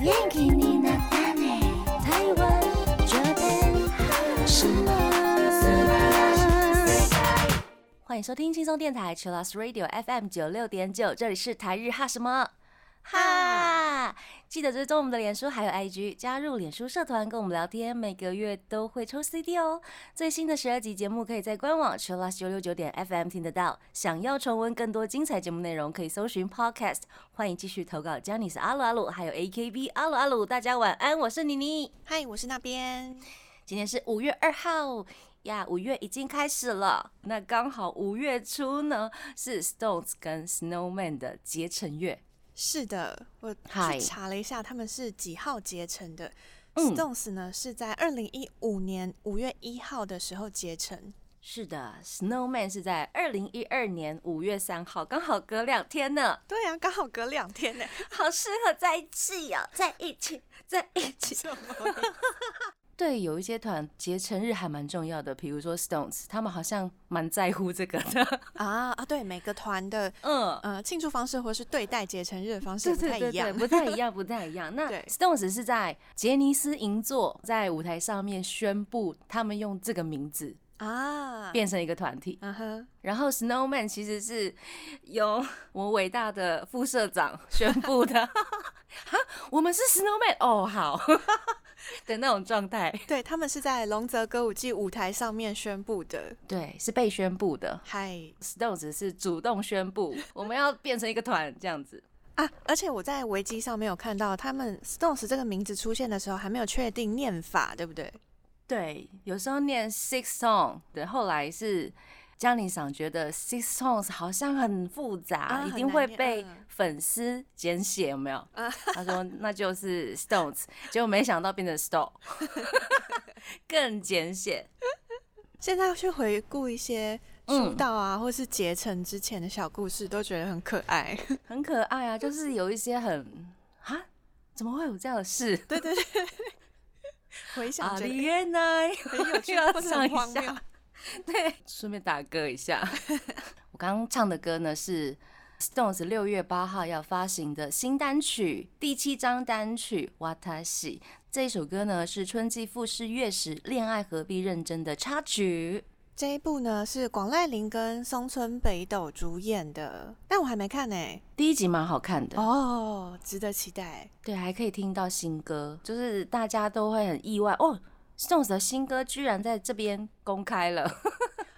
元気になったね台湾这边什么？欢迎收听轻松电台 c h i l l s Radio FM 九六点九，这里是台日哈什么哈，记得追踪我们的脸书还有 IG，加入脸书社团跟我们聊天，每个月都会抽 CD 哦。最新的十二集节目可以在官网 c h i l l s 九六九点 FM 听得到。想要重温更多精彩节目内容，可以搜寻 Podcast。欢迎继续投稿 j a n i c e 阿鲁阿鲁，还有 AKB 阿鲁阿鲁，大家晚安，我是妮妮。嗨，我是那边。今天是五月二号呀，五月已经开始了。那刚好五月初呢是 Stones 跟 Snowman 的结成月，是的，我嗨去查了一下，他们是几号结成的。嗯 Stones 呢是在二零一五年五月一号的时候结成，是的，Snowman 是在二零一二年五月三号，刚好隔两天呢，对啊，刚好隔两天呢。好适合在一起哦，在一起，在一起。 什么？对，有一些团结成日还蛮重要的，比如说 Stones，他们好像蛮在乎这个的。 啊啊，对，每个团的嗯，呃庆祝方式或是对待结成日的方式对不太对对一对，样。不太一样，不太一 样。那对 Stones 是在杰尼斯银座在舞台上面宣布他们用这个名字啊，变成一个团体，嗯哼，然后 Snowman 其实是 由我伟大的副社长宣布的。哈，我们是 Snowman 哦， 好的那种状态，对他们是在龙泽歌舞伎舞台上面宣布的。对，是被宣布的。嗨 Stones 是主动宣布我们要变成一个团这样子。啊！而且我在维基上面有看到，他们 Stones 这个名字出现的时候还没有确定念法，对不对？对，有时候念 six song，对，后来是江林想觉得 six songs 好像很复杂，啊一很定难会念被嗯啊粉丝简写，有没有？ 他说那就是 stones，结果没想到变成 stone，更简写。现在去回顾一些嗯出道啊，或是结成之前的小故事，都觉得很可 爱。很可爱啊，就是有一些很啊，怎么会有这样的事？对对 对，回想啊，觉得李元奈，很有趣，又 要或是唱很一荒下谬。对， 顺便打歌一下。 我刚刚唱的歌呢是 Stones 六月八号要发行的新单曲第七张单曲《Watashi》。这一首歌呢是春季富士月史《恋爱何必认真》的插曲。这一部呢是广濑铃跟松村北斗主演的，但我还没看呢、第一集蛮好看的，哦，值得期待。对，还可以听到新歌，就是大家都会很意外哦，Stones 的新歌居然在这边公开了，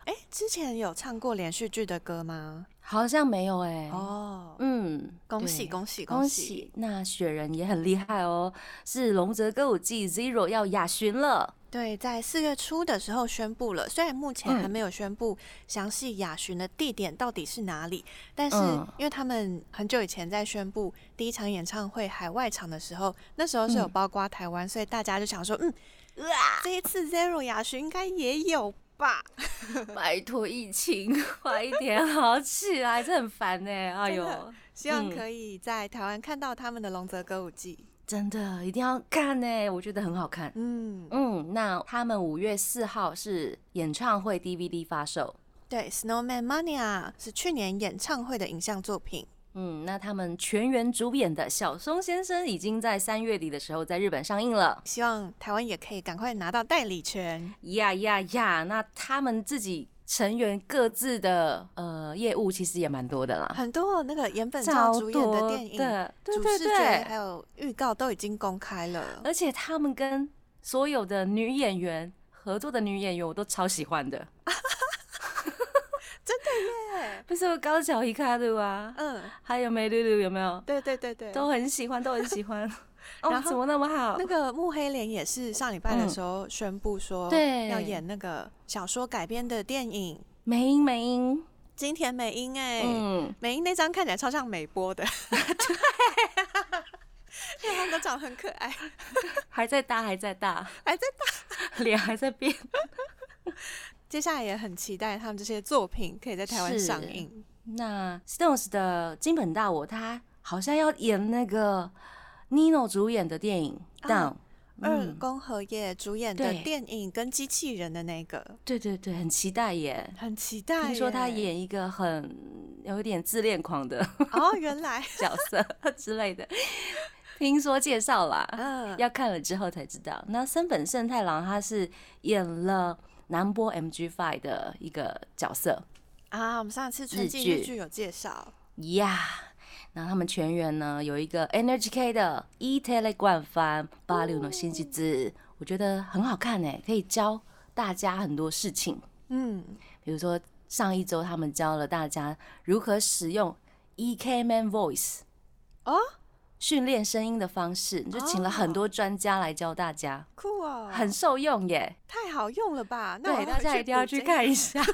哎、之前有唱过连续剧的歌吗？好像没有哎、哦，嗯，恭喜对恭喜恭喜！喜！那雪人也很厉害哦，是龙泽歌舞伎 Zero 要亚巡了。对，在四月初的时候宣布了，虽然目前嗯还没有宣布详细雅巡的地点到底是哪里，但是嗯因为他们很久以前在宣布第一场演唱会海外场的时候，那时候是有嗯包括台湾，所以大家就想说，嗯，这一次 Zero 雅巡应该也有吧？ 拜托疫情 快一点好起来，这很烦呢、哎真的呦，希望嗯可以在台湾看到他们的龙泽歌舞伎。真的一定要看呢、我觉得很好看。嗯，嗯，那他们五月四号是演唱会 DVD 发售。对，Snowman Mania 是去年演唱会的影像作品。嗯，那他们全员主演的《小松先生》已经在三月底的时候在日本上映了。希望台湾也可以赶快拿到代理权。呀呀呀！那他们自己成员各自的呃业务其实也蛮多的啦，很多那个岩本超照主演的多电影，的对主对视觉还对，有预告都已经公开了。而且他们跟所有的女演员合作的女演员，我都超喜欢的。真的耶！不是有高桥一卡路啊，嗯，还有梅露露有没有？对对对对，都很喜欢，都很喜 欢。哦，然后怎么那么好那？个木黑莲也是上礼拜的时候宣布说，对要演那个小说改编的电影《美英美英，金田美英》哎、嗯，美英那张看起来超像美 波的，对，因为他们都长得很可爱，还在大，还在大， 还在打。脸还在变。 接下来也很期待他们这些作品可以在台湾是上映。那 Stones 的金本大我，他好像要演那个 Nino 主演的电影《Down、啊二宫和也主演的嗯对电影跟机器人的那个，对对对，很期待耶！很期待耶。听说他演一个很有一点自恋狂的 哦，原来角色之类的。听说介绍啦，嗯，要看了之后才知道。那森本慎太郎他是演了南波 MG Five 的一个角色啊，我们上次春日季剧日剧有介绍，呀。然后他们全员呢有一个 NHK 的 E Telegram 番《八六的星期之》，我觉得很好看哎、可以教大家很多事情。嗯，比如说上一周他们教了大家如何使用 EK Man Voice 哦，训练声音的方式，就请了很多专家来教大家，酷哦，很受用耶。太好用了吧？那对，我大家一定要去补这个。看一下。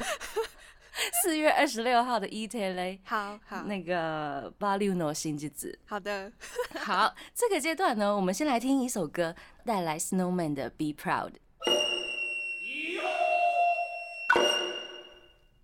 四月二十六号的 E T L 好好那个巴六诺新之子。好的， 好，这个阶段呢，我们先来听一首歌，带来 Snowman 的《Be Proud》。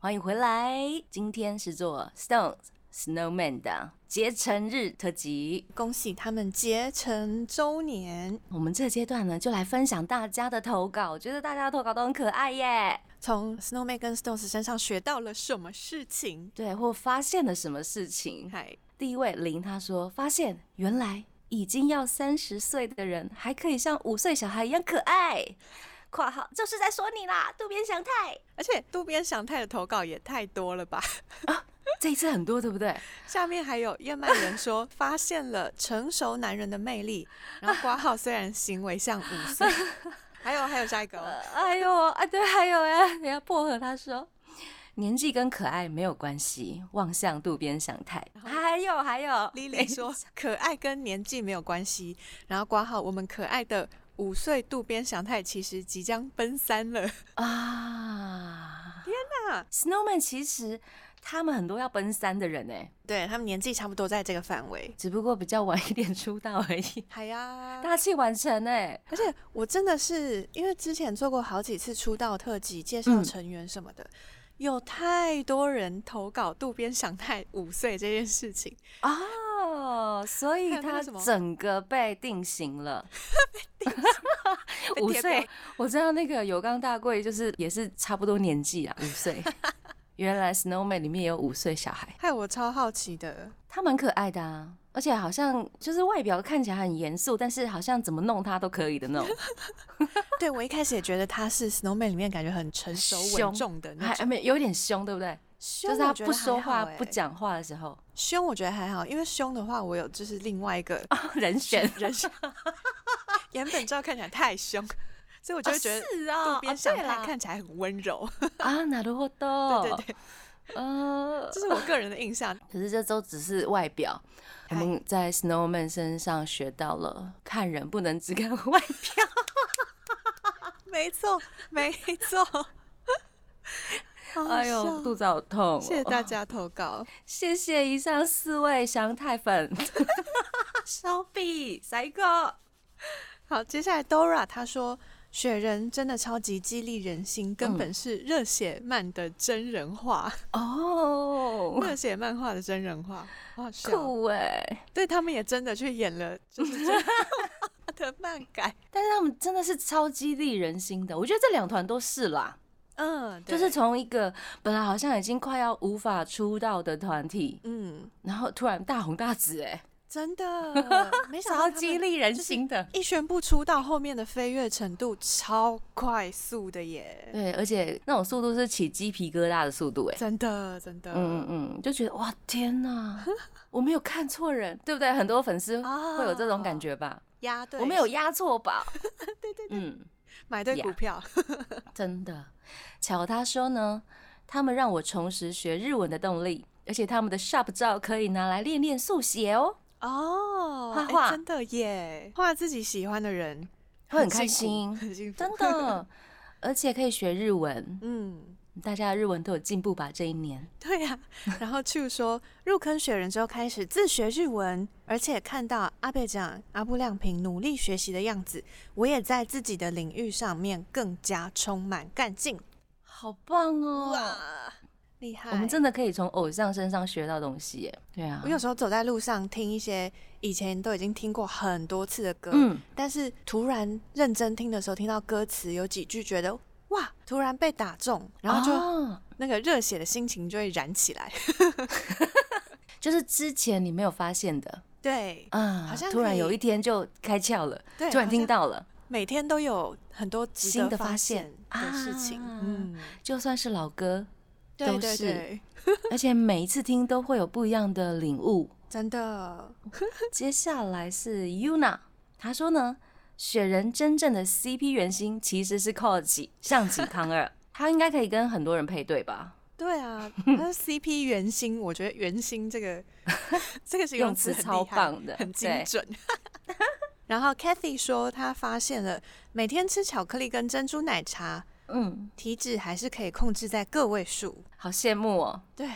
欢迎回来，今天是做 Stones Snowman 的结成日特辑。恭喜他们结成周年，我们这阶段呢，就来分享大家的投稿，我觉得大家的投稿都很可爱耶。从 Snowman 跟 Stones 身上学到了什么事情？对，或发现了什么事情。嗨，第一位林他说，发现原来已经要三十岁的人，还可以像五岁小孩一样可爱。（括号就是在说你啦，渡边祥太。而且渡边祥太的投稿也太多了吧？）这一次很多，对不对？下面还有燕麦人 说发现了成熟男人的魅力，然后挂号虽然行为像五 岁，还有还有下一个哦，哎呦，啊对，还有哎，人家薄荷他说。年纪跟可爱没有关系，望向渡边祥太。还有还有，莉莉说可爱跟年纪没有关系，然后挂号我们可爱的五岁渡边祥太其实即将奔三了，啊，天哪，Snowman 其实他们很多要奔三的人哎， 对他们年纪差不多在这个范 围。只不过比较晚一点出道而已，哎呀，大器晚成哎。而且我真的是因为之前做过好几次出道特辑，介绍嗯成员什么的，有太多人投稿渡边祥太五岁这件事情，哦，所以还有那个他什么整个被定型 了。 被五贴标岁，我知道那个有冈大贵就是也是差不多年纪啊，五岁。原来 Snowman 里面也有五岁小孩，害我超好奇的。他蛮可爱的啊，而且好像就是外表看起来很严肃，但是好像怎么弄他都可以的那 种。 对我一开始也觉得他是 Snowman 里面感觉很成熟凶稳重的那还种，还没有点凶，对不对？就就是他不说话、欸不，讲话的时候， 凶我觉得还好，因为凶的话我有就是另外一个 人啊选人 生，原本照看起来太凶，所以我就会觉得是啊渡边祥哦对啦太看起来很温柔，啊，哪都多，对对对，呃这，是我个人的印 象。可是这都只是外表，我嗨们在 Snowman 身上学到了看人不能只看外 表。没错，没 错。好好哎呦，笑肚子好痛、谢谢 大，家投稿，谢谢以上四位祥太 粉。 手臂，帅哥，好，接下来 Dora 她说，雪人真的超级激励人心，嗯根本是热血漫的真人化，哦，热血漫画的真人化，哇 笑！酷哎、对他们也真的去演了，就是真 人化的漫改，但是他们真的是超激励人心的，我觉得这两团都是啦，嗯，对就是从一个本来好像已经快要无法出道的团体，嗯，然后突然大红大紫、哎，真的， 没想到超他激们励人心的。一宣布出道，后面的飞跃程度超快速的耶，对，而且那种速度是起鸡皮疙瘩的速度、哎，真的真的，嗯嗯嗯，就觉得哇天 哪，我没有看错人，对不对？很多粉丝啊会有这种感觉吧？呀，对，我没有压错 吧？对对对，嗯，买对股呀票，真的。巧他说呢，他们让我重拾学日文的动力，而且他们的 shop 照可以拿来练练速写哦，哦画哎画真的耶，画自己喜欢的人，会很开辛苦 心，很幸福，真的。而且可以学日文， 嗯，大家的日文都有进步吧？这一年 对呀、然后 Chu 说，入坑雪人之后开始自学日文，而且看到阿贝讲阿布亮平努力学习的样子，我也在自己的领域上面更加充满干劲，好棒哦！哇，厉害！我们真的可以从偶像身上学到东西耶。对啊我，有时候走在路上听一些以前都已经听过很多次的歌，嗯但是突然认真听的时候，听到歌词有几句，觉得哇，突然被打中，然后就哦那个热血的心情就会燃起来。就是之前你没有发现的， 对，啊，好像突然可以有一天就开窍了，对突然好听像到了，每天都有很多值新得的发发现的事情，啊嗯，就算是老歌，对都对是对，而且每一次听都会有不一样的领悟。真的，接下来是 Yuna，她说呢，雪人真正的 CP 原型其实是 Koji 上崎康二，他应该可以跟很多人配对吧？对啊，那 CP 原星，我觉得原星这个 这个形用容词词很厉超害棒的，很对精准。 然后 Kathy 说，她发现了每天吃巧克力跟珍珠奶茶，嗯，体脂还是可以控制在个位数。好羡慕哦，对，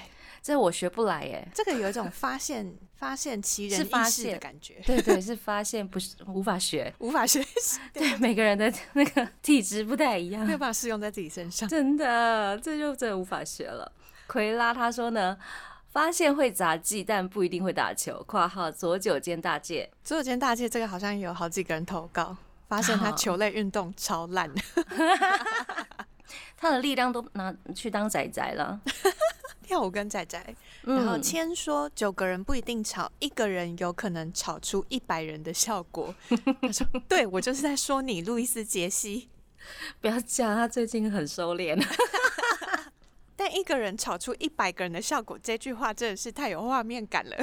这我学不来耶。这个有一种发现发现奇是人发异事的现感觉，对对，是发现不是无法学， 无法学习，对每个人的那个体质不太一样没，有办法适用在自己身上。真的，这就真的无法学了。奎拉他说呢，发现会砸鸡，但不一定会打球。（括号左脚肩大戒左手肩大戒这个好像有好几个人投稿，发现他好球类运动超 烂。），他的力量都拿去当仔仔了。 跳舞跟仔仔，然后嗯，千说九个人不一定吵，一个人有可能吵出一百人的效 果。他说：“对我就是在说你，路易斯杰西。不要讲，他最近很收敛。 但一个人吵出一百个人的效果，这句话真的是太有画面感 了，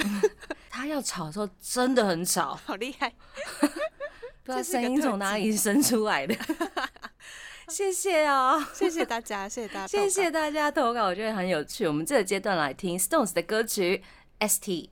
他要吵的时候真的很吵，好厉害！不知道这是一声个音从哪里生出来的。 谢谢哦，谢谢大家，谢谢大家，谢谢。大家投稿，我觉得很有趣。我们这个阶段来听 Stones 的歌曲《ST》。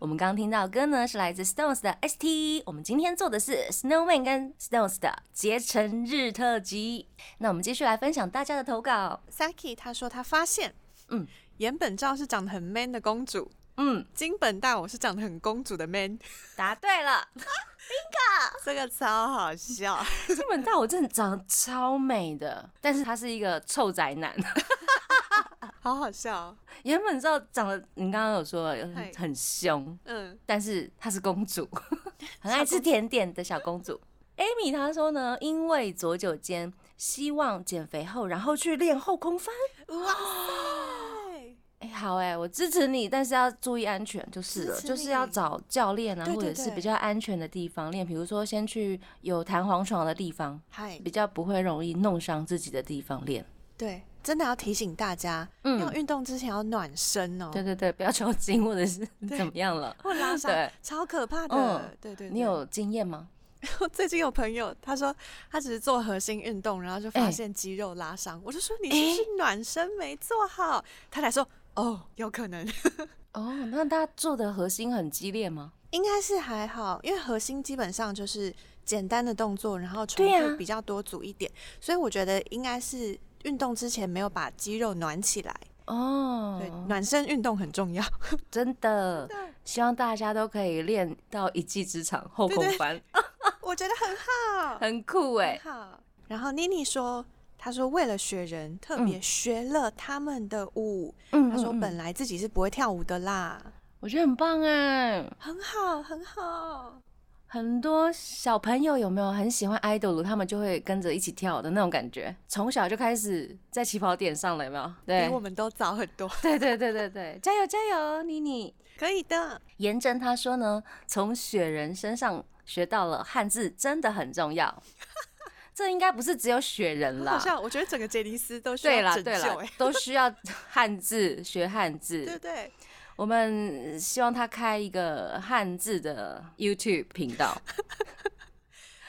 我们刚刚听到的歌呢，是来自 Stones 的《ST》。我们今天做的是 Snowman 跟 Stones 的结成日特辑。那我们继续来分享大家的投稿。 Saki 他说他发现，嗯嗯，岩本照是长得很 man 的公主，嗯，金本大我是长得很公主的 man，答对 了。 这个超好笑。基本大我真的长得超美的，但是他是一个臭宅男。 好好笑哦，原本知道长得，你刚刚有说很嗨很凶，嗯，但是她是公 主，很爱吃甜点的小公主。Amy 她说呢，因为左脚肩，希望减肥后，然后去练后空翻。哇塞，哎、好哎、我支持你，但是要注意安全就是了，支持就是要你找教练啊，对或对者是对比较安全的地方练，比如说先去有弹簧床的地方，嗨，比较不会容易弄伤自己的地方练。对，真的要提醒大家，嗯要运动之前要暖身哦。对对对，不要抽筋或者是对怎么样了。或拉伤对，超可怕的。嗯对对对你 有经验吗？最近有朋友他说他只是做核心运动，然后就发哎现肌肉拉伤，我就说你是不是暖身没做好？他才说哦，有可能，哦，那他做的核心很激烈吗？ 应该是还好，因为核心基本上就是简单的动作，然后重对啊复比较多组一点，所以我觉得应该是运动之前没有把肌肉暖起来。对，哦，暖身运动很重要。真的，希望大家都可以练到一技之长，后空 翻我觉得 很好，很酷哎。好。然后妮妮说，她说为了学人，特别学了他们的舞。嗯她说嗯嗯本来自己是不会跳舞的啦，我觉得很棒哎。很好，很好。很多小朋友有没有很喜欢 idol，他们就会跟着一起跳的那种感觉，从小就开始在起跑点上了，有没有？比对 我，们都早很多，对对对对对，加油加油，妮妮。可以的。严真他说呢，从雪人身上学到了汉字真的很重 要。这应该不是只有雪人好啦，像我觉得整个杰尼斯都需对要啦拯对救、啦欸，，都需要汉字学汉对字不。对？我们希望他开一个汉字的 YouTube 频道，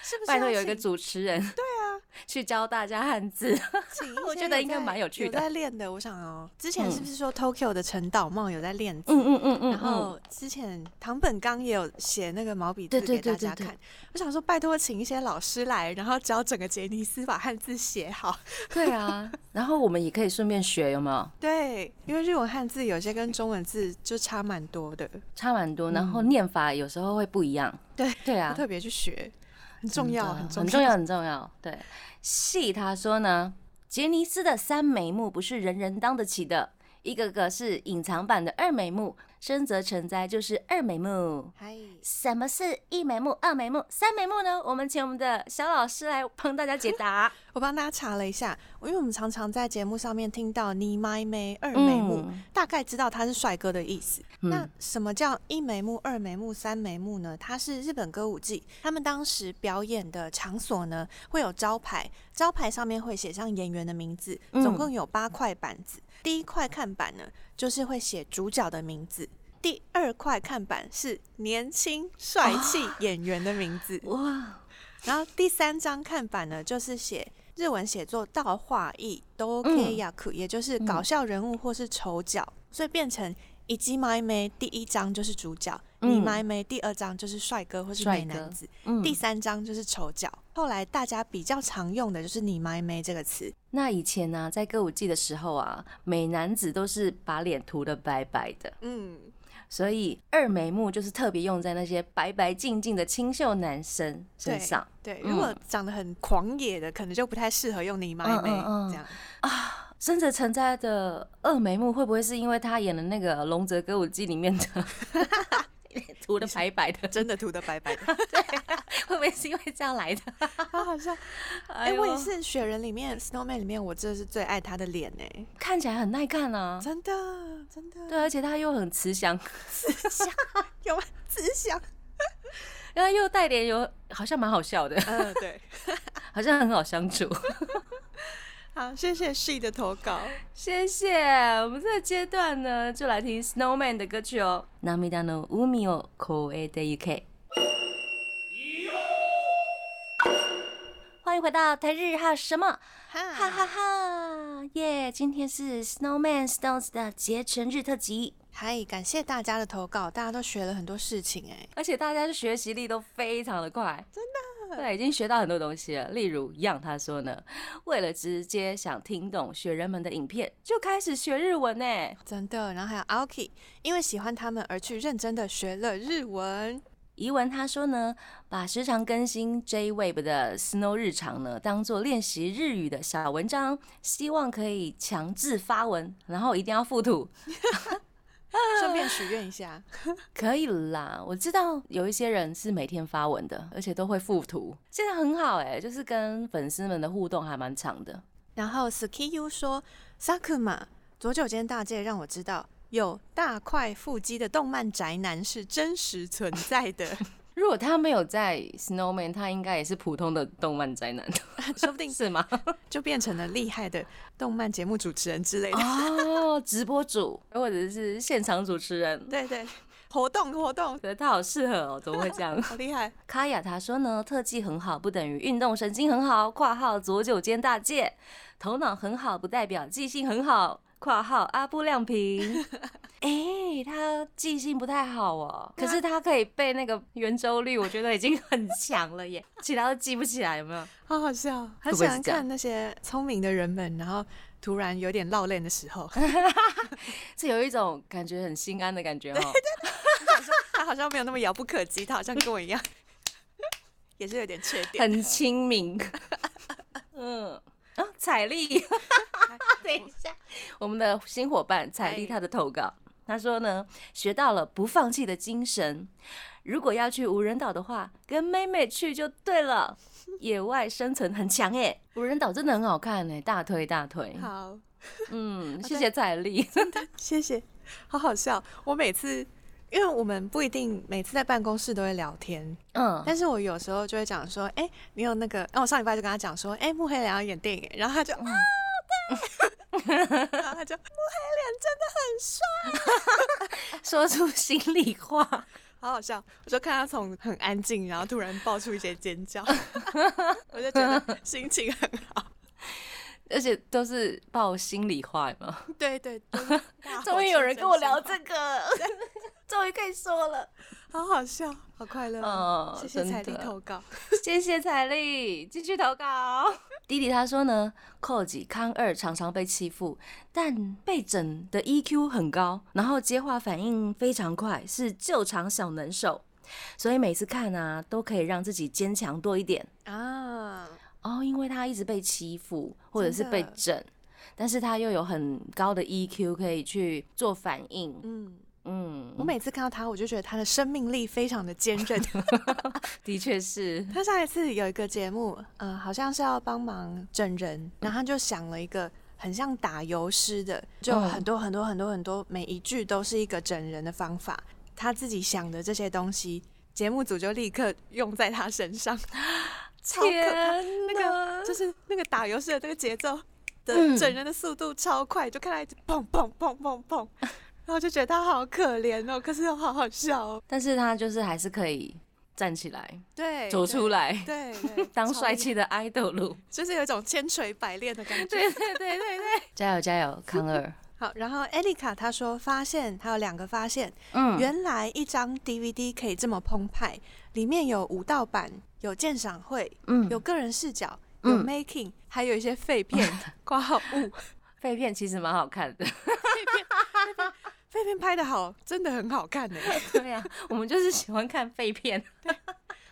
是不是拜托要有一个请主持人，对啊，去教大家汉字。请一 我些觉得有应该在蛮有趣的在练的，我想哦，之前嗯是不是说 Tokyo 的陈岛梦有在练字？嗯嗯嗯嗯然后哦之前唐本刚也有写那个毛笔对字对给大对对家对看，我想说拜托请一些老师来，然后教整个杰尼斯把汉字写好。 对啊，然后我们也可以顺便学，有没有？对，因为日文汉字有些跟中文字就差蛮多的，差蛮多，然后念法有时候会不一样。对对啊我，特别去学，很重要，真的重很重要，。很重要。对，戏他说呢，杰尼斯的三眉目不是人人当得起的，一个个是隐藏版的二美目，深泽成哉就是二美目。嗨， 什么是一美目、二美目、三美目呢？我们请我们的小老师来帮大家解答。我帮大家查了一下，因为我们常常在节目上面听到你买眉二眉目，嗯大概知道他是帅哥的意思。嗯那什么叫一眉目、二眉目、三眉目呢？它是日本歌舞伎，他们当时表演的场所呢会有招牌，招牌上面会写上演员的名字，嗯总共有八块板子。第一块看板呢就是会写主角的名字。第二块看板是年轻帅气啊演员的名 字， 哇，然后第三张看板呢，就是写日文写作道化意 d o k y a 嗯 k 也就是搞笑人物或是丑角，所以变成以及 my m 第一张就是主角，嗯你 my m 第二张就是帅哥或是美帅男哥子，嗯第三张就是丑角。后来大家比较常用的就是你 my m 这个词，那以前呢、在歌舞伎的时候啊，美男子都是把脸涂的白白的，嗯，所以二眉目就是特别用在那些白白净净的清秀男生身对上。对，嗯如果长得很狂野的，可能就不太适合用你 my 嗯嗯 m 嗯这样。深泽成哉的二眉目会不会是因为他演的那个《龙泽歌舞伎》里面的 涂的白白 的，真的涂的白白 的，会不会是因为这样来的？好好笑！哎哎、我也呦，是雪人里面 Snowman 里面，我真的是最爱他的脸哎、看起来很耐看啊。真的，真的，对，而且他又很慈祥，有吗？只想，然后又带点有，好像蛮好笑 的，嗯、对，好像很好相处。 好，谢谢 She 的投稿， 谢谢。我们这个阶段呢，就来听 Snowman 的歌曲哦。涙の海を越えてゆけ。欢迎回到台日哈什么哈哈哈，哈耶！今天是 Snowman Stones 的结成日特辑，嗨，感谢大家的投稿，大家都学了很多事情哎、而且大家的学习力都非常的快，真的，对，已经学到很多东西了。例如，样他说呢，为了直接想听懂学人们的影片，就开始学日文呢。真的。然后还有 Aoki，因为喜欢他们而去认真的学了日文，怡文他说呢，把时常更新 J-Wave 的 Snow 日常呢，当做练习日语的小文章，希望可以强制发文，然后一定要附图。顺便许愿一下。可以啦，我知道有一些人是每天发文的，而且都会附图，现在很好哎、就是跟粉丝们的互动还蛮长的。然后 Skiu 说，Sakuma 左九间大介让我知道。有大块腹肌的动漫宅男是真实存在 的，如果他没有在 Snowman，他应该也是普通的动漫宅 男，说不定是吗？就变成了厉害的动漫节目主持人之类的。哦，直播主或者是现场主持人，对对，活动活动，觉得他好适合哦，怎么会这样？好厉害！卡雅他说呢，特技很好不等于运动神经很好（括号左九间大介），头脑很好不代表记性很好（括号阿布亮 平）哎、他记性不太好 哦，可是他可以背那个圆周率，我觉得已经很强了耶，其他都记不起来，有没 有？好好笑，哦很会不喜会是欢这样看那些聪明的人们，然后突然有点落泪的时候， 是有一种感觉很心安的感觉哦。他好像没有那么遥不可及，他好像跟我一样， 也是有点缺点。很亲民。 嗯啊，彩丽， 等一下，我们的新伙伴彩丽哎她的投稿，她说呢，学到了不放弃的精神。如果要去无人岛的话，跟妹妹去就对 了。野外生存很强哎，无人岛真的很好看哎，大推大推。好，嗯，谢谢彩 丽。谢谢，好好笑。我每次，因为我们不一定每次在办公室都会聊天，嗯，但是我有时候就会讲说，哎、你有那个，那、我上礼拜就跟他讲说，哎、慕黑莲要演电影，然后他就啊，对， 然后他就慕黑莲真的很帅。说出心里话。好好笑！我就看他从很安静，然后突然爆出一些尖 叫，我就觉得心情很好。而且都是爆心里话嘛，对对对， 终于有人跟我聊这，这个， 终于可以说了。好好笑，好快乐哦。嗯谢谢真彩丽的投稿，谢谢彩丽，继续投稿。弟弟他说呢，寇吉康二常常被欺负，但被整的 EQ 很高，然后接话反应非常快，是救场小能手，所以每次看啊，都可以让自己坚强多一点啊，哦，因为他一直被欺负或者是被真的整，但是他又有很高的 EQ 可以去做反应。嗯，嗯，我每次看到他，我就觉得他的生命力非常的坚韧。的确是，他上一次有一个节目，呃，好像是要帮忙整人，嗯然后他就想了一个很像打油诗的，就嗯很多很多很多很多，每一句都是一个整人的方法。他自己想的这些东西，节目组就立刻用在他 身上，超可怕。那个就是那个打油诗的那个节奏的嗯整人的速度超快，就看他一直砰砰砰砰砰，然后就觉得他好可怜哦，可是又好好笑哦。但是他就是还是可以站起来，对，走出来，来，对，对 当超帅厉气的 idol。就是有一种千锤百炼的感 觉。对对对对对， 加油加油，康 二。好，然后艾丽卡她说发现，她有两个发现，嗯，原来一张 DVD 可以这么澎湃，里面有舞蹈版、有鉴赏会、嗯有个人视角、有嗯 making，还有一些废 片挂号物。废片其实蛮好看的。废片拍的好，真的很好看呢。 欸对呀、我们就是喜欢看废片。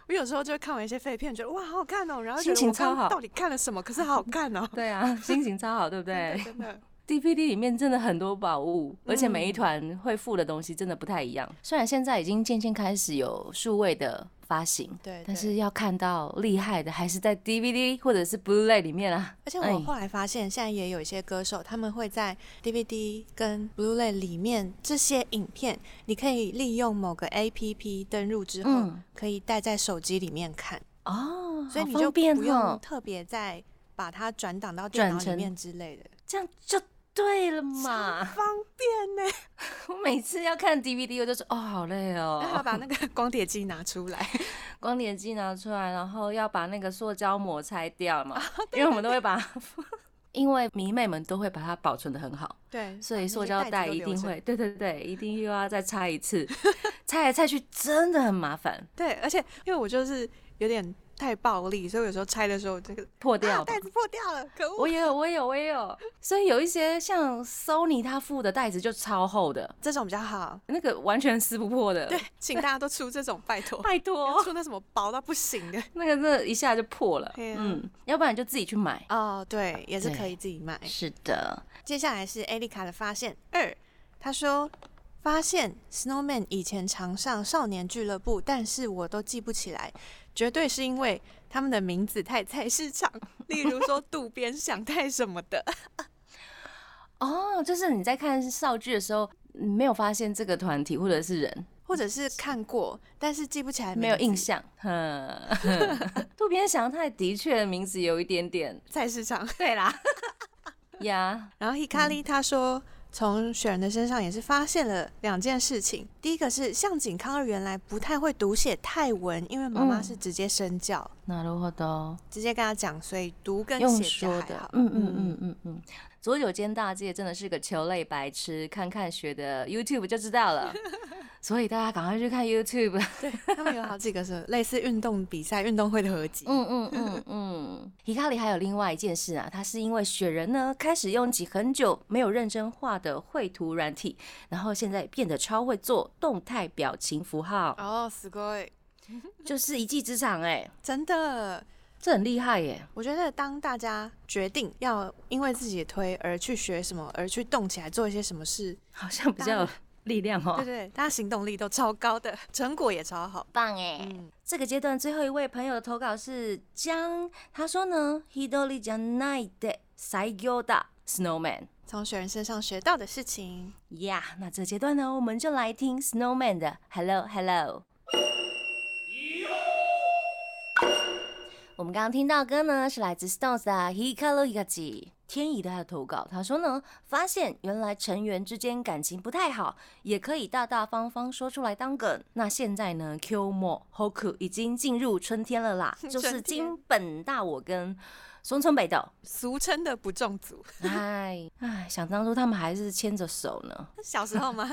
我有时候就会看完一些废片，觉得哇好好看哦，然后觉心得情我刚超好。到底看了什么，可是好好看哦 对啊，心情超好，对不 真对 的真的， ？DVD 里面真的很多宝物，而且每一团会附的东西真的不太一样。虽然现在已经渐渐开始有数位的发行，对但对是要看到厉害的还是在 DVD 或者是 Blu-ray 里面啊。而且我哎后来发现，现在也有一些歌手，他们会在 DVD 跟 Blu-ray 里面这些影片，你可以利用某个 APP 登录之后，嗯可以带在手机里面看，哦，所以好你方就便不哦用特别再把它转档到电脑转成里面之类的，这样就对了嘛。方便 呢、我每次要看 DVD，我就说哦，好累 然后哦。把那个光碟机拿出来，光碟机拿出来，然后要把那个塑胶膜拆掉 嘛，哦因为我们都会把，因为迷妹们都会把它保存的很好， 对，所把以啊那塑些胶子袋都一留定着会，对对对，一定又要再拆一次， 拆来拆去真的很麻烦，对，而且因为我就是有点太暴力，所以有时候拆的时候这个破啊 掉吧。袋子破掉了，可我恶！也有，我也有，我也有，所以有一些像 Sony 它附的袋子就超厚的，这种比较好，那个完全撕不破的，对，请大家都出这种，拜托。拜 托，出那什么薄到不行的。那个真的一下就破了，对啊嗯，要不然就自己去买。 哦，对，也是对可以自己买。是的，接下来是艾丽卡的发现二，她说发现 Snowman 以前常上少年俱乐部，但是我都记不起来，绝对是因为他们的名字太菜市 场，例如说渡边想太什么的。哦，就是你在看少剧的时候，你没有发现这个团体或者是人，或者是看过，但是记不起来，没有印。象。哼， 渡边翔太的确名字有一点点，菜市场，对啦，呀，然后嗯 Hikari 他说，从雪人的身上也是发现了两件事情。第一个是向井康二原来不太会读写泰文，因为妈妈嗯是直接身教，なるほど，直接跟他讲，所以读跟用写比较说还的好。，嗯嗯嗯嗯嗯。左九间大介真的是个球类白痴，看看学的 YouTube 就知道了。 所以大家赶快去看 YouTube。嗯， 他们有好几个是类似运动比赛、运动会的合集。嗯嗯嗯 嗯，皮卡里还有另外一件事啊，他是因为雪人呢开始用起很久没有认真画的绘图软体，然后现在变得超会做动态表情符号，哦，すごい，就是一技之长哎、真的，这很厉害耶、我觉得当大家决定要因为自己的推而去学什么，而去动起来做一些什么事，好像比较有力量哦、对对，大家行动力都超高的，成果也超好。棒哎、嗯，这个阶段最后一位朋友的投稿是江，他说呢，Hidori じゃないで最強だ Snowman。从雪人身上学到的事情。呀、那这阶段呢，我们就来听 Snowman 的 Hello Hello。我们刚刚听到的歌呢，是来自 Stones 的 Hikaru Hikachi。天怡的他的投稿，他说呢，发现原来成员之间感情不太好，也可以大大方方说出来当梗。那现在呢，Q Mo Hoku 已经进入春天了 啦，就春是天金本大我跟松村北 斗。俗称的不中组。哎哎，想当初他们还是牵着手呢。小时候吗？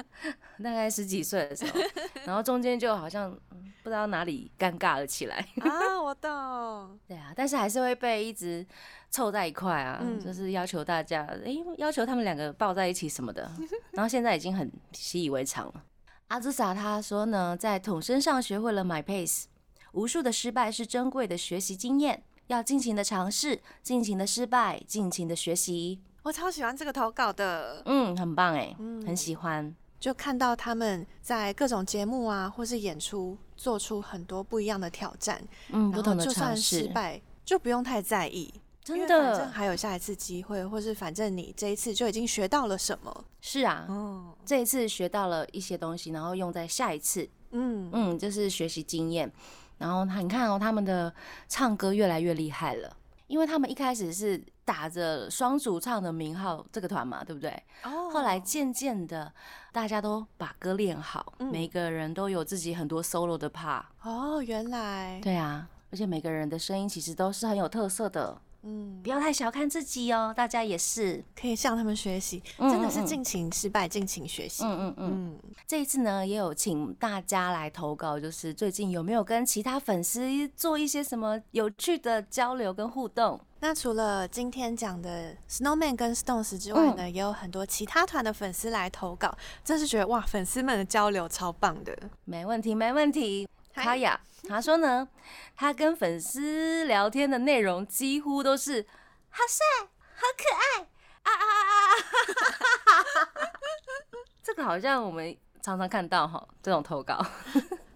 大概十几岁的时候，然后中间就好像嗯不知道哪里尴尬了起来。 啊，我懂。对啊，但是还是会被一直凑在一块啊，嗯就是要求大家，哎、要求他们两个抱在一起什么 的。然后现在已经很习以为常了。阿兹萨他说呢，在统身上学会了 my pace，无数的失败是珍贵的学习经验，要尽情的尝试，尽情的失败，尽情的学习。我超喜欢这个投稿的，嗯，很棒哎，嗯很喜欢。就看到他们在各种节目啊，或是演出做出很多不一样的挑战，嗯，不然后同的就算尝失试，败就不用太在意，因真为反正的还有下一次机会，或是反正你这一次就已经学到了什么。是啊。哦，这一次学到了一些东西，然后用在下一次，嗯，嗯，就是学习经验。然后他你看哦，他们的唱歌越来越厉害了，因为他们一开始是打着双主唱的名号这个团嘛，对不对？哦后来渐渐的，大家都把歌练好，嗯每个人都有自己很多 solo 的 part。哦，原来，对啊，而且每个人的声音其实都是很有特色的，嗯不，要太小看自己哦，大家也是。可以向他们学习，真的是尽情失败，尽情学习。嗯嗯嗯嗯，嗯，这一次呢，也有请大家来投稿，就是最近有没有跟其他粉丝做一些什么有趣的交流跟互动？那除了今天讲的 Snowman 跟 Stones 之外呢，也有很多其他团的粉丝来投稿，真是觉得哇，粉丝们的交流超棒的。没问题，没问题。嗨卡雅他说呢，他跟粉丝聊天的内容几乎都是好帅、好可爱啊啊啊啊！这个好像我们常常看到哈，这种投稿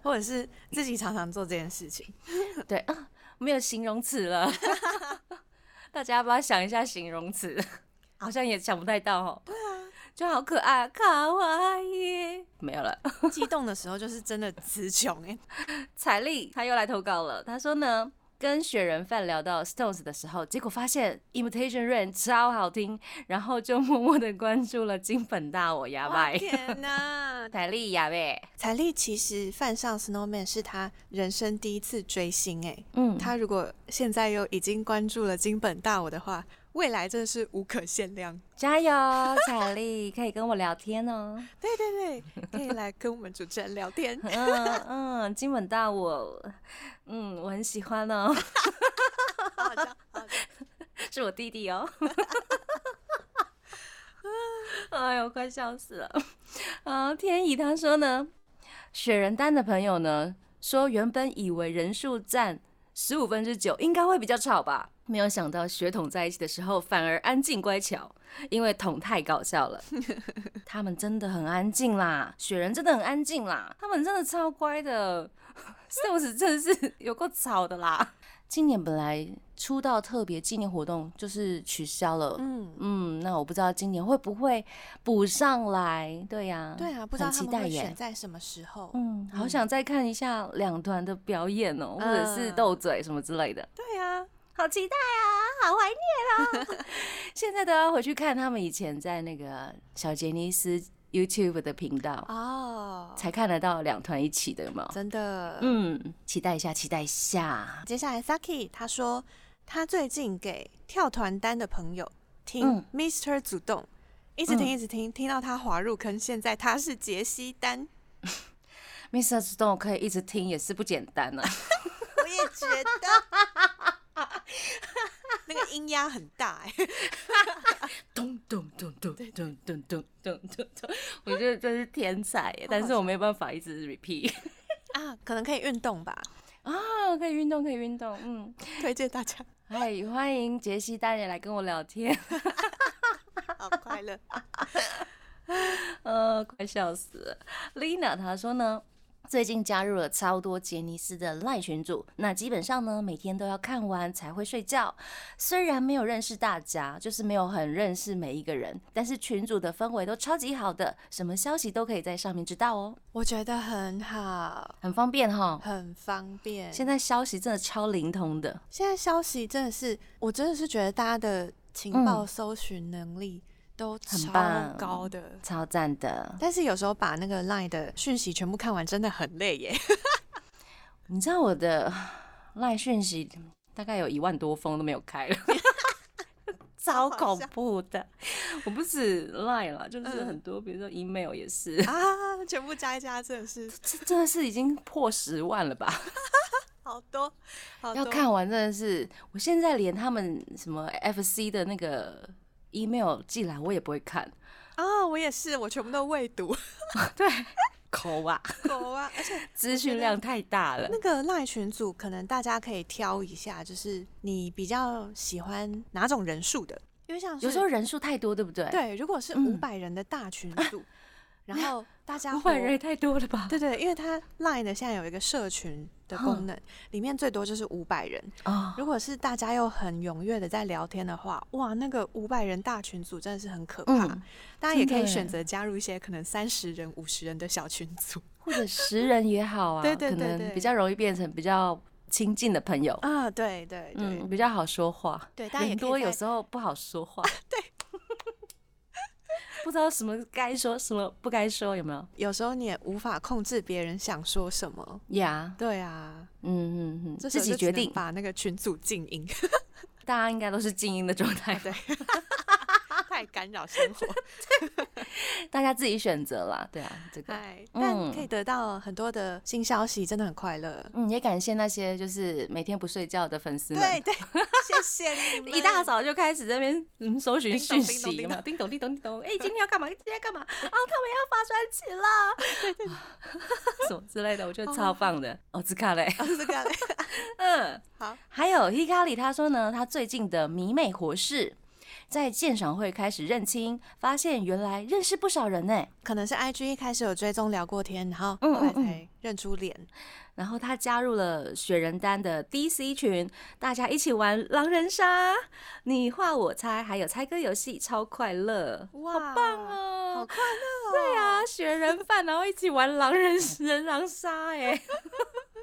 或者是自己常常做这件事 情，对啊，没有形容词了。 大家要不要想一下形容词？好像也想不太到哦。对啊，就好可爱，卡哇伊，没有了。激动的时候就是真的词穷 哎。彩丽她又来投稿了，她说呢，跟雪人饭聊到 Stones 的时候，结果发现 Imitation Rain 超好听，然后就默默的关注了金粉大我牙哇拜。天哪！ 彩丽牙呗，彩丽其实犯上 Snowman 是她人生第一次追星哎，嗯，她如果现在又已经关注了金本大我的话，未来真的是无可限量。加油，彩丽可以跟我聊天哦。。对对对，可以来跟我们主持人聊天嗯嗯，金粉大我，嗯，我很喜欢哦， 好好笑好好笑是我弟弟哦。 哎呦，快笑死了！啊，天意他说呢，雪人丹的朋友呢说，原本以为人数占十五分之九，应该会比较吵吧，没有想到血统在一起的时候反而安静乖巧，因为统太搞笑 了。他们真的很安静啦，雪人真的很安静啦，他们真的超乖的。Stones 真的是有够吵的啦。 今年本来出道特别纪念活动就是取消了，嗯，嗯，那我不知道今年会不会补上来，对呀、对啊，不知道很他期们待会耶选。在什么时候。嗯，好想再看一下两团的表演哦、或者是嗯斗嘴什么之类的，对啊，好期待啊，好怀念哦 啊！现在都要回去看他们以前在那个小杰尼斯 YouTube 的频道，哦，才看得到两团一起的，有没有？真的。嗯，期待一下，期待一下。接下来 Saki 他说，他最近给跳团单的朋友听嗯 Mr 主动，一直听嗯一直听，听到他滑入坑，现在他是杰西 丹。 Mr. Stone 可以一直听也是不简单啊。我也觉得 那个音压很大哎、咚咚咚咚咚咚咚咚咚咚，我觉得这是天 才耶，但是我没办法一直 repeat 啊，可能可以运动吧， 啊，可以运动，可以运动，嗯，推荐大家，嗨，欢迎杰西大爷来跟我聊天， 好快乐。呃，快笑死了。Lina 她说呢，最近加入了超多杰尼斯的赖群组，那基本上呢每天都要看完才会睡觉。虽然没有认识大家，就是没有很认识每一个人，但是群组的氛围都超级好的，什么消息都可以在上面知道哦，我觉得很好，很方便哈。很方便。现在消息真的超灵通的，现在消息真的是，我真的是觉得大家的情报搜寻能力都嗯很超棒高的。超赞的。但是有时候把那个 LINE 的讯息全部看完，真的很累耶。 你知道我的赖讯息大概有一万多封都没有开 了， 超恐怖的。我不止赖啦，就是嗯很多，比如说 email 也 是，啊，全部加一加，真的是这真的是已经破十万了吧？好多，好多。要看完真的是，我现在连他们什么 FC 的那个 email 寄来我也不会看， 啊，我也是，我全部都未读。 对，抠啊，狗啊，而且资讯量太大了那。个赖群组，可能大家可以挑一下，就是你比较喜欢哪种人数的。因因为像是有时候人数太多，对不对？，对，如果是嗯五百人的大群组， 然后大家五百活人也太多了吧？啊对对，因为它 Line 的现在有一个社群的嗯功能，里面最多就是五百人。啊，如果是大家又很踊跃的在聊天的话，哇，那个五百人大群组真的是很可怕。嗯大家也真可的以耶选择加入一些可能三十人、五十人的小群组 或者十人也好啊，对对可对能对比较容易变成比较亲近的朋友，啊，对对对、嗯，比较好说话。对，大家也人多可以有在时候不好说 话，对，不知道什么该说，什么不该说，有没有？有时候你也无法控制别人想说什么。呀、对啊，嗯嗯嗯，这自时候己就只决能定，把那个群组静 音，大家应该都是静音的状态，对太干扰生 活。大家自己选择啦，对啊，这个。哎，但可以嗯得到很多的新消息，真的很快乐。嗯，也感谢那些就是每天不睡觉的粉丝们，对对，谢谢你 们。一大早就开始这边嗯搜寻叮咚讯叮咚息，叮有咚没有叮咚叮咚叮咚，哎，今天要干嘛？今天要 干嘛？啊，他们要发专辑了， 什么之类的，我觉得超棒的。哦，自卡嘞，啊是这个样 的 嗯，好，还有 Hikari 他说呢，他最近的迷妹活事，在鉴赏会开始认清，发现原来认识不少人呢。可能是 IG 一开始有追踪聊过天，然后嗯后来嗯嗯才认出脸。然后他加入了雪人丹的 DC 群，大家一起玩狼人杀，你画我猜，还有猜歌游戏，超快乐，哇好棒哦！好快乐哦！对啊，雪人饭，然后一起玩狼人人狼杀， 哎，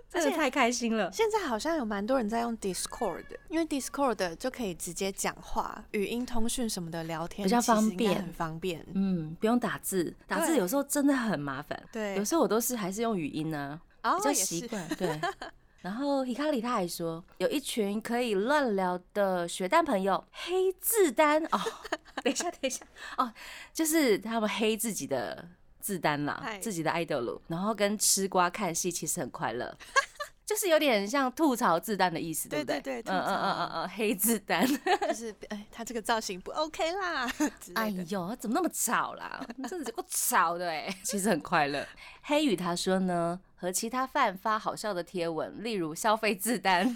真的而且太开心了。现在好像有蛮多人在用 Discord，的因为 Discord 的就可以直接讲话、语音通讯什么的聊天，比较其实方应该便很方便。嗯，不用打字，打字对有时候真的很麻烦。对有时候我都是还是用语音啊呢、哦，比较也习是，惯。对。 然后 Hikari 他还说，有一群可以乱聊的学蛋朋友，黑字单哦。等一下，等一下哦，就是他们黑自己的字单啦嗨，自己的 idol，然后跟吃瓜看戏，其实很快乐。 就是有点像吐槽字单的意思，对不对？对对嗯嗯吐槽嗯嗯嗯，黑字单。就是 哎，他这个造型不 OK 啦之哎类的。呦，怎么那么吵 啦？真的是够吵的 哎、其实很快乐。黑羽他说呢，和其他饭发好笑的贴文，例如消费自 单、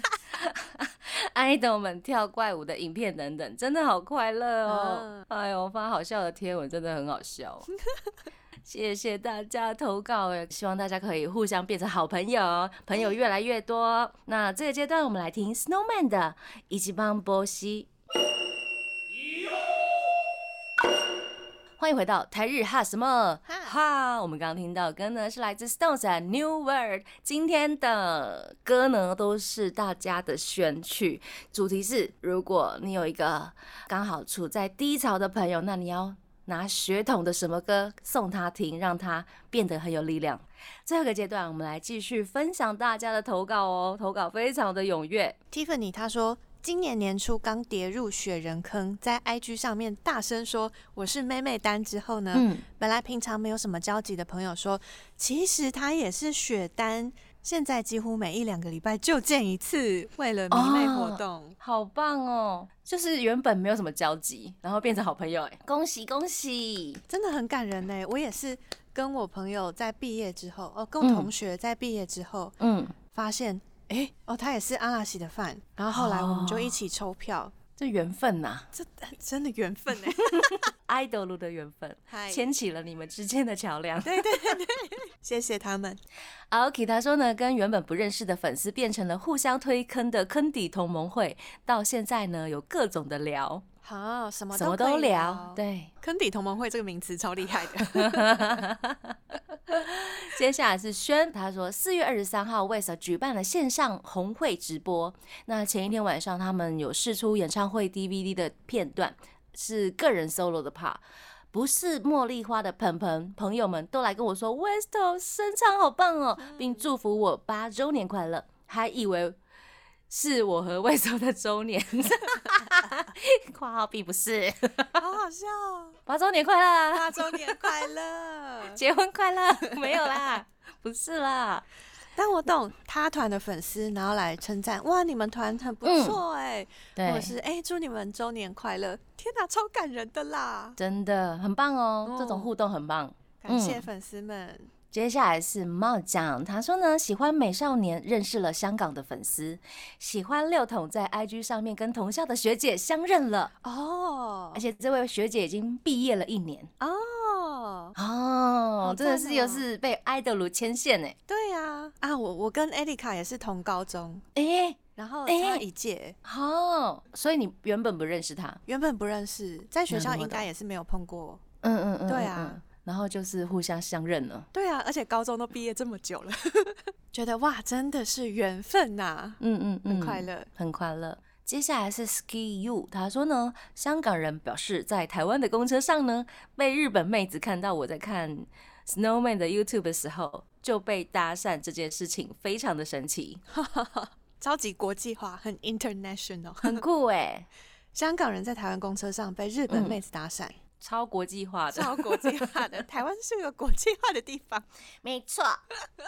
idol 们跳怪舞的影片等等，真的好快乐哦。哎呦，发好笑的贴文真的很好笑哦、 谢谢大家投稿哎，希望大家可以互相变成好朋友，朋友越来越多。那这个阶段我们来听 Snowman 的《一起帮波西》。欢迎回到台日哈什么哈哈？我们刚刚听到的歌呢是来自 Stones 的 New World，今天的歌呢都是大家的选曲，主题是如果你有一个刚好处在低潮的朋友，那你要拿血统的什么歌送他听，让他变得很有力量。最后一个阶段，我们来继续分享大家的投稿哦，投稿非常的踊跃， Tiffany 他说，今年年初刚跌入雪人坑，在 IG 上面大声说我是妹妹单之后呢，嗯，本来平常没有什么交集的朋友说，其实他也是雪单，现在几乎每一两个礼拜就见一次，为了迷妹活动。好棒哦！就是原本没有什么交集，然后变成好朋友，哎，恭喜恭喜！真的很感人呢、欸我也是跟我朋友在毕业之后，哦，跟我同学在毕业之后、嗯，发现，哎、哦，他也是阿拉西的饭，然后后来我们就哦一起抽票，这缘分呐、这真的缘分呢、爱豆路的缘分，嗨牵起了你们之间的桥梁。谢谢他们。 Aoki 他说呢，跟原本不认识的粉丝变成了互相推坑的坑底同盟会，到现在呢有各种的聊，好、什么什么都可都以聊。，对，坑底同盟会这个名词超厉害的。接下来是轩，他说四月二十三号 w e s 举办了线上红会直播。那前一天晚上，他们有试出演唱会 DVD 的片段，是个人 solo 的 part。不是茉莉花的盆盆朋友们都来跟我说 Westo 声唱好棒哦，并祝福我八周年快乐，还以为是我和 Westo 的周年，括号并不是，好好笑、哦，八周年快乐啊！大周年快乐！结婚快乐，没有啦，不是啦。但我懂他团的粉丝，然后来称赞，哇，你们团很不错哎、嗯对，或者是哎、祝你们周年快乐！天哪，超嗯感人的啦！真的很棒哦，哦这种互动很棒。感谢粉丝们，接下来是茂酱，他说呢，喜欢美少年，认识了香港的粉丝，喜欢六筒在 IG 上面跟同校的学姐相认了，哦而且这位学姐已经毕业了一年哦，哦好，真的赞是又哦是被爱德鲁牵线哎对呀、啊，啊，我我跟艾丽卡也是同高中，哎然后哎差一届，哦，所以你原本不认识他，原本不认识，在学校那怎么应该也是没有碰过。嗯嗯嗯，对嗯啊嗯然后就是互相相认了。对啊，而且高中都毕业这么久了， 觉得哇，真的是缘分呐、嗯嗯嗯，快乐，很快乐。接下来是 Ski You，他说呢，香港人表示在台湾的公车上呢，被日本妹子看到我在看 Snowman 的 YouTube 的时候，就被搭讪这件事情非常的神 奇，超级国际化，很 international。很酷哎、香港人在台湾公车上被日本嗯妹子搭讪， 超国际化的，超国际化的。台湾是个国际化的地方， 没错，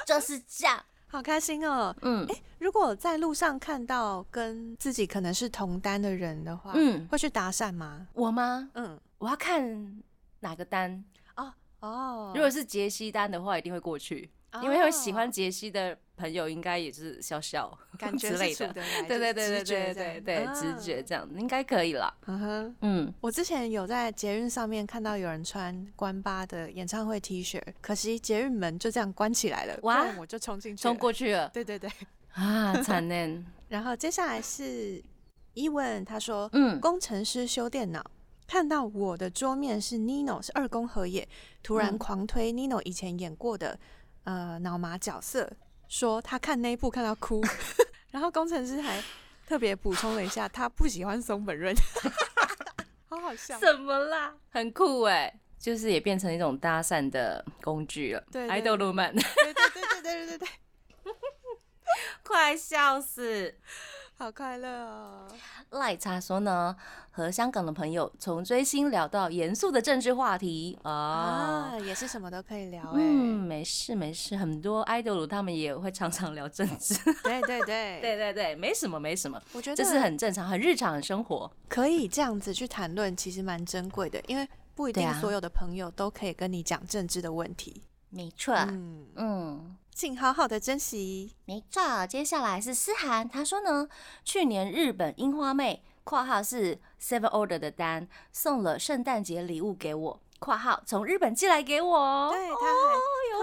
就是这样。 好开心哦！ 嗯如果在路上看到跟自己可能是同单的人的话，嗯，会去搭讪吗？我吗？嗯，我要看哪个单，哦哦，如果是杰西单的话，一定会过去，因为会喜欢杰西的朋友，应该也是笑笑感觉之类是处的。得 来，对对对对就是对直觉这样啊对对，直觉。这样应该可以了。啊嗯哼，嗯，我之前有在捷运上面看到有人穿关八的演唱会 T 恤，可惜捷运门就这样关起来了，哇不然我就冲进去，冲，过去了对对对。啊，惨呢。然后接下来是伊文，他说，嗯，工程师修电脑，看到我的桌面是 Nino 是二宫和也，突然嗯狂推 Nino 以前演过的呃脑麻角色，说他看那一部看到 哭，然后工程师还特别补充了一下，他不喜欢松本润， 好好笑。什么啦？很酷哎，就是也变成一种搭讪的工具了。对对爱豆鲁们，对对对对对对对，快笑死！好快乐哦！ 赖茶说呢，和香港的朋友从追星聊到严肃的政治话题啊。啊，也是什么都可以聊哎、嗯，没事没事，很多爱豆鲁他们也会常常聊政治。对哎对对，对对对， 没什么没什么，我觉得这是很正常、很日常、很生活。可以这样子去谈论，其实蛮珍贵的，因为不一定对啊所有的朋友都可以跟你讲政治的问题。没错，嗯，嗯，请好好的珍惜。没错，接下来是思涵，他说呢，去年日本樱花妹（括号是 Seven Order 的单）送了圣诞节礼物给我（括号从日本寄来给我哦），对，他还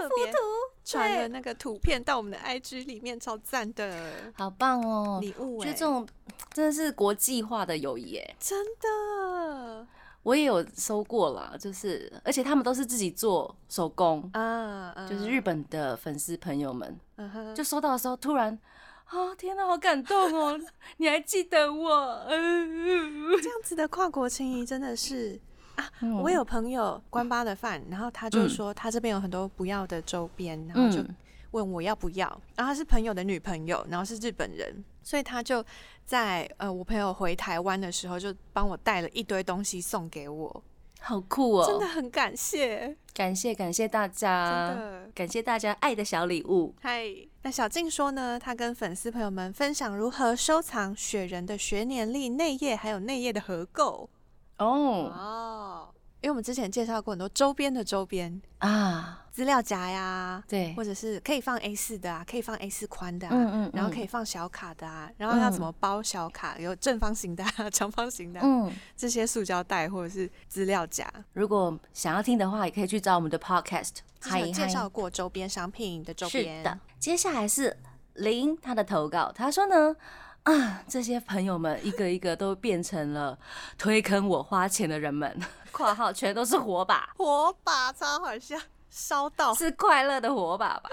有特附别图，传了对那个图片到我们的 IG 里面，超赞的好棒哦！礼物、我欸，觉得这种真的是国际化的友谊哎，真的我也有收过啦，就是而且他们都是自己做手工，啊，就是日本的粉丝朋友们，嗯哼，就收到的时候突然。啊、天哪，好感动哦！ 你还记得我？嗯这样子的跨国情谊真的是。啊嗯我有朋友关八的饭，然后他就嗯说他这边有很多不要的周边， 然后就问我要不要，然后她是朋友的女朋友，然后是日本人，所以他就在呃我朋友回台湾的时候，就帮我带了一堆东西送给我，好酷哦！真的很感谢，感谢感谢大真家，的。感谢大家爱的小礼物。嗨，那小静说呢，她跟粉丝朋友们分享如何收藏雪人的学年历内页，还有内页的合购哦哦。因为我们之前介绍过很多周边的周边啊，资料夹呀，对，或者是可以放 A 四的啊，可以放 A 四宽的啊，嗯嗯，嗯然后可以放小卡的啊，然后要怎么包小卡？有正方形的、啊、 长方形的啊、嗯，嗯这些塑胶袋或者是资料夹。如果想要听的话，也可以去找我们的 podcast。之前有介嗨绍过周边商品的周边，是的，接下来是林他的投稿，他说呢。啊，这些朋友们一个一个都变成了推坑我花钱的人 们，括号全都是火把，火把超好笑，烧到是快乐的火把吧？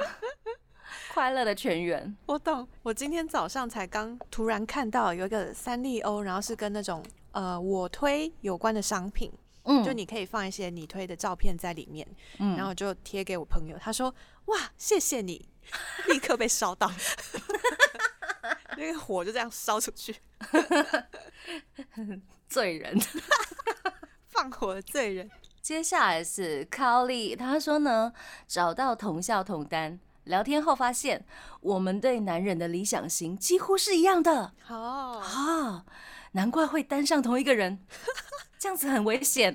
快乐的全员，我懂。我今天早上才刚突然看到有一个三丽鸥，然后是跟那种呃我推有关的商品，嗯，就你可以放一些你推的照片在里面，嗯，然后就贴给我朋友，他说哇谢谢你， 立刻被烧到， 那个火就这样烧出去。罪人，放火的罪人，接下来是高丽，他说呢，找到同校同单，聊天后发现，我们对男人的理想型几乎是一样的哦，啊、啊难怪会单上 同一个人，这样子很危险。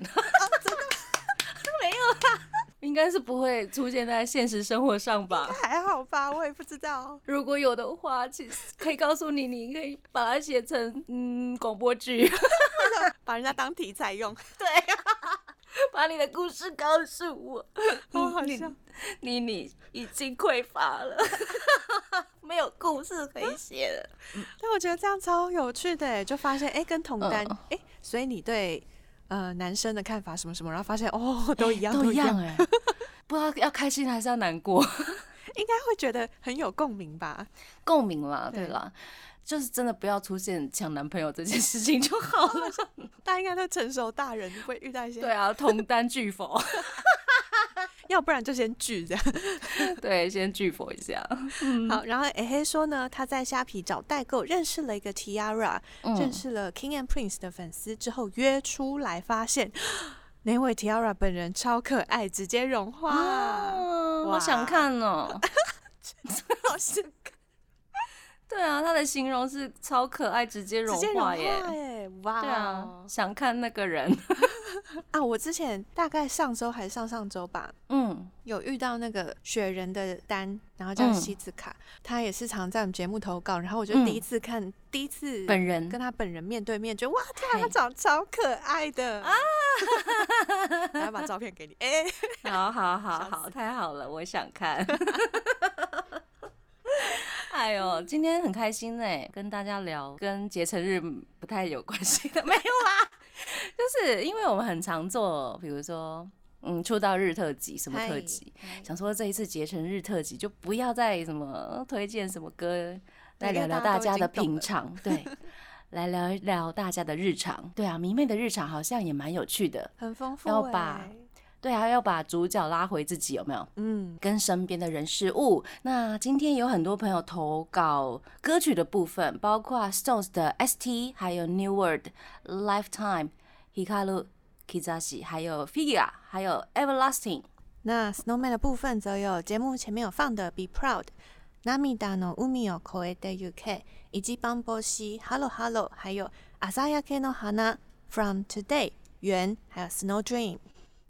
没有啦，应该是不会出现在现实生活上吧？还好吧，我也不知道。如果有的话，其实可以告诉你，你可以把它写成嗯广播剧， 把人家当题材用，把你的故事告诉我。好好笑。妮妮已经匮乏了， 没有故事可以写了。但我觉得这样超有趣的耶，就发现哎、诶跟同单哎、嗯诶所以你对呃男生的看法什么什么，然后发现哦都一样，都一一样，哎、 不知道要开心还是要难过，应该会觉得很有共鸣吧？ 共鸣啦，对对啦，就是真的不要出现抢男朋友这件事情就好了。大家应该都成熟大人，不会遇到一 些，对啊，同担拒否， 要不然就先拒这样。对，先拒否一下。嗯好，然后诶嘿说呢，他在虾皮找代购认识了一个 Tiara，、认嗯识了 King and Prince 的粉丝之后约出来，发现那位 Tiara 本人超可爱，直接融化，啊，哇好想看哦。 好 是对啊，他的形容是超可爱，直接直融接融化化耶。耶，哇！哦对啊，想看那个人。啊，我之前大概上周还是上上周吧，嗯，有遇到那个雪人的单，然后叫嗯西子卡，他也是常在我们节目投稿，然后我就嗯第一次看，第一次本人跟他本人面对面，觉得哇，天啊，嗨他长得超可爱的 啊！然后把照片给你，哎、好好好好，太好了，我想看。 哎呦，嗯今天很开心呢，跟大家聊跟节成日不太有关系 的，没有啦，就是因为我们很常做，比如说嗯出道日特辑什么特嗨辑，嗨想说这一次节成日特辑就不要再什么呃推荐什么歌，来对因聊为聊大大家家都已的经懂平了常， 对，来聊一聊大家的日常，对啊，迷妹的日常好像也蛮有趣的，很丰富、要哎把对啊，要把主角拉回自己，有没有？嗯，跟身边的人事物。那今天有很多朋友投稿歌曲的部分，包括 Stones 的 ST，还有 New World、Lifetime、Hikaru、Kizashi，还有 Figure，还有 Everlasting。那 Snowman 的部分则有节目前面有放的 Be Proud。涙の海を越えてゆけ、一番星、Hello Hello，还有鮮やかの花、From Today、圆，还有 Snow Dream。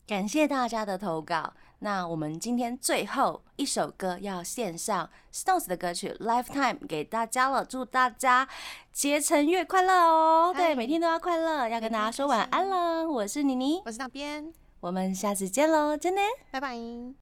感谢大家的投稿。那我们今天最后一首歌要献上 Stones 的歌曲《Lifetime》给大家了，祝大家节成月快乐哦！嗨对，每天都要快乐，要跟大家说晚安了。我是妮妮，我是那边，我们下次见喽，真的。拜拜。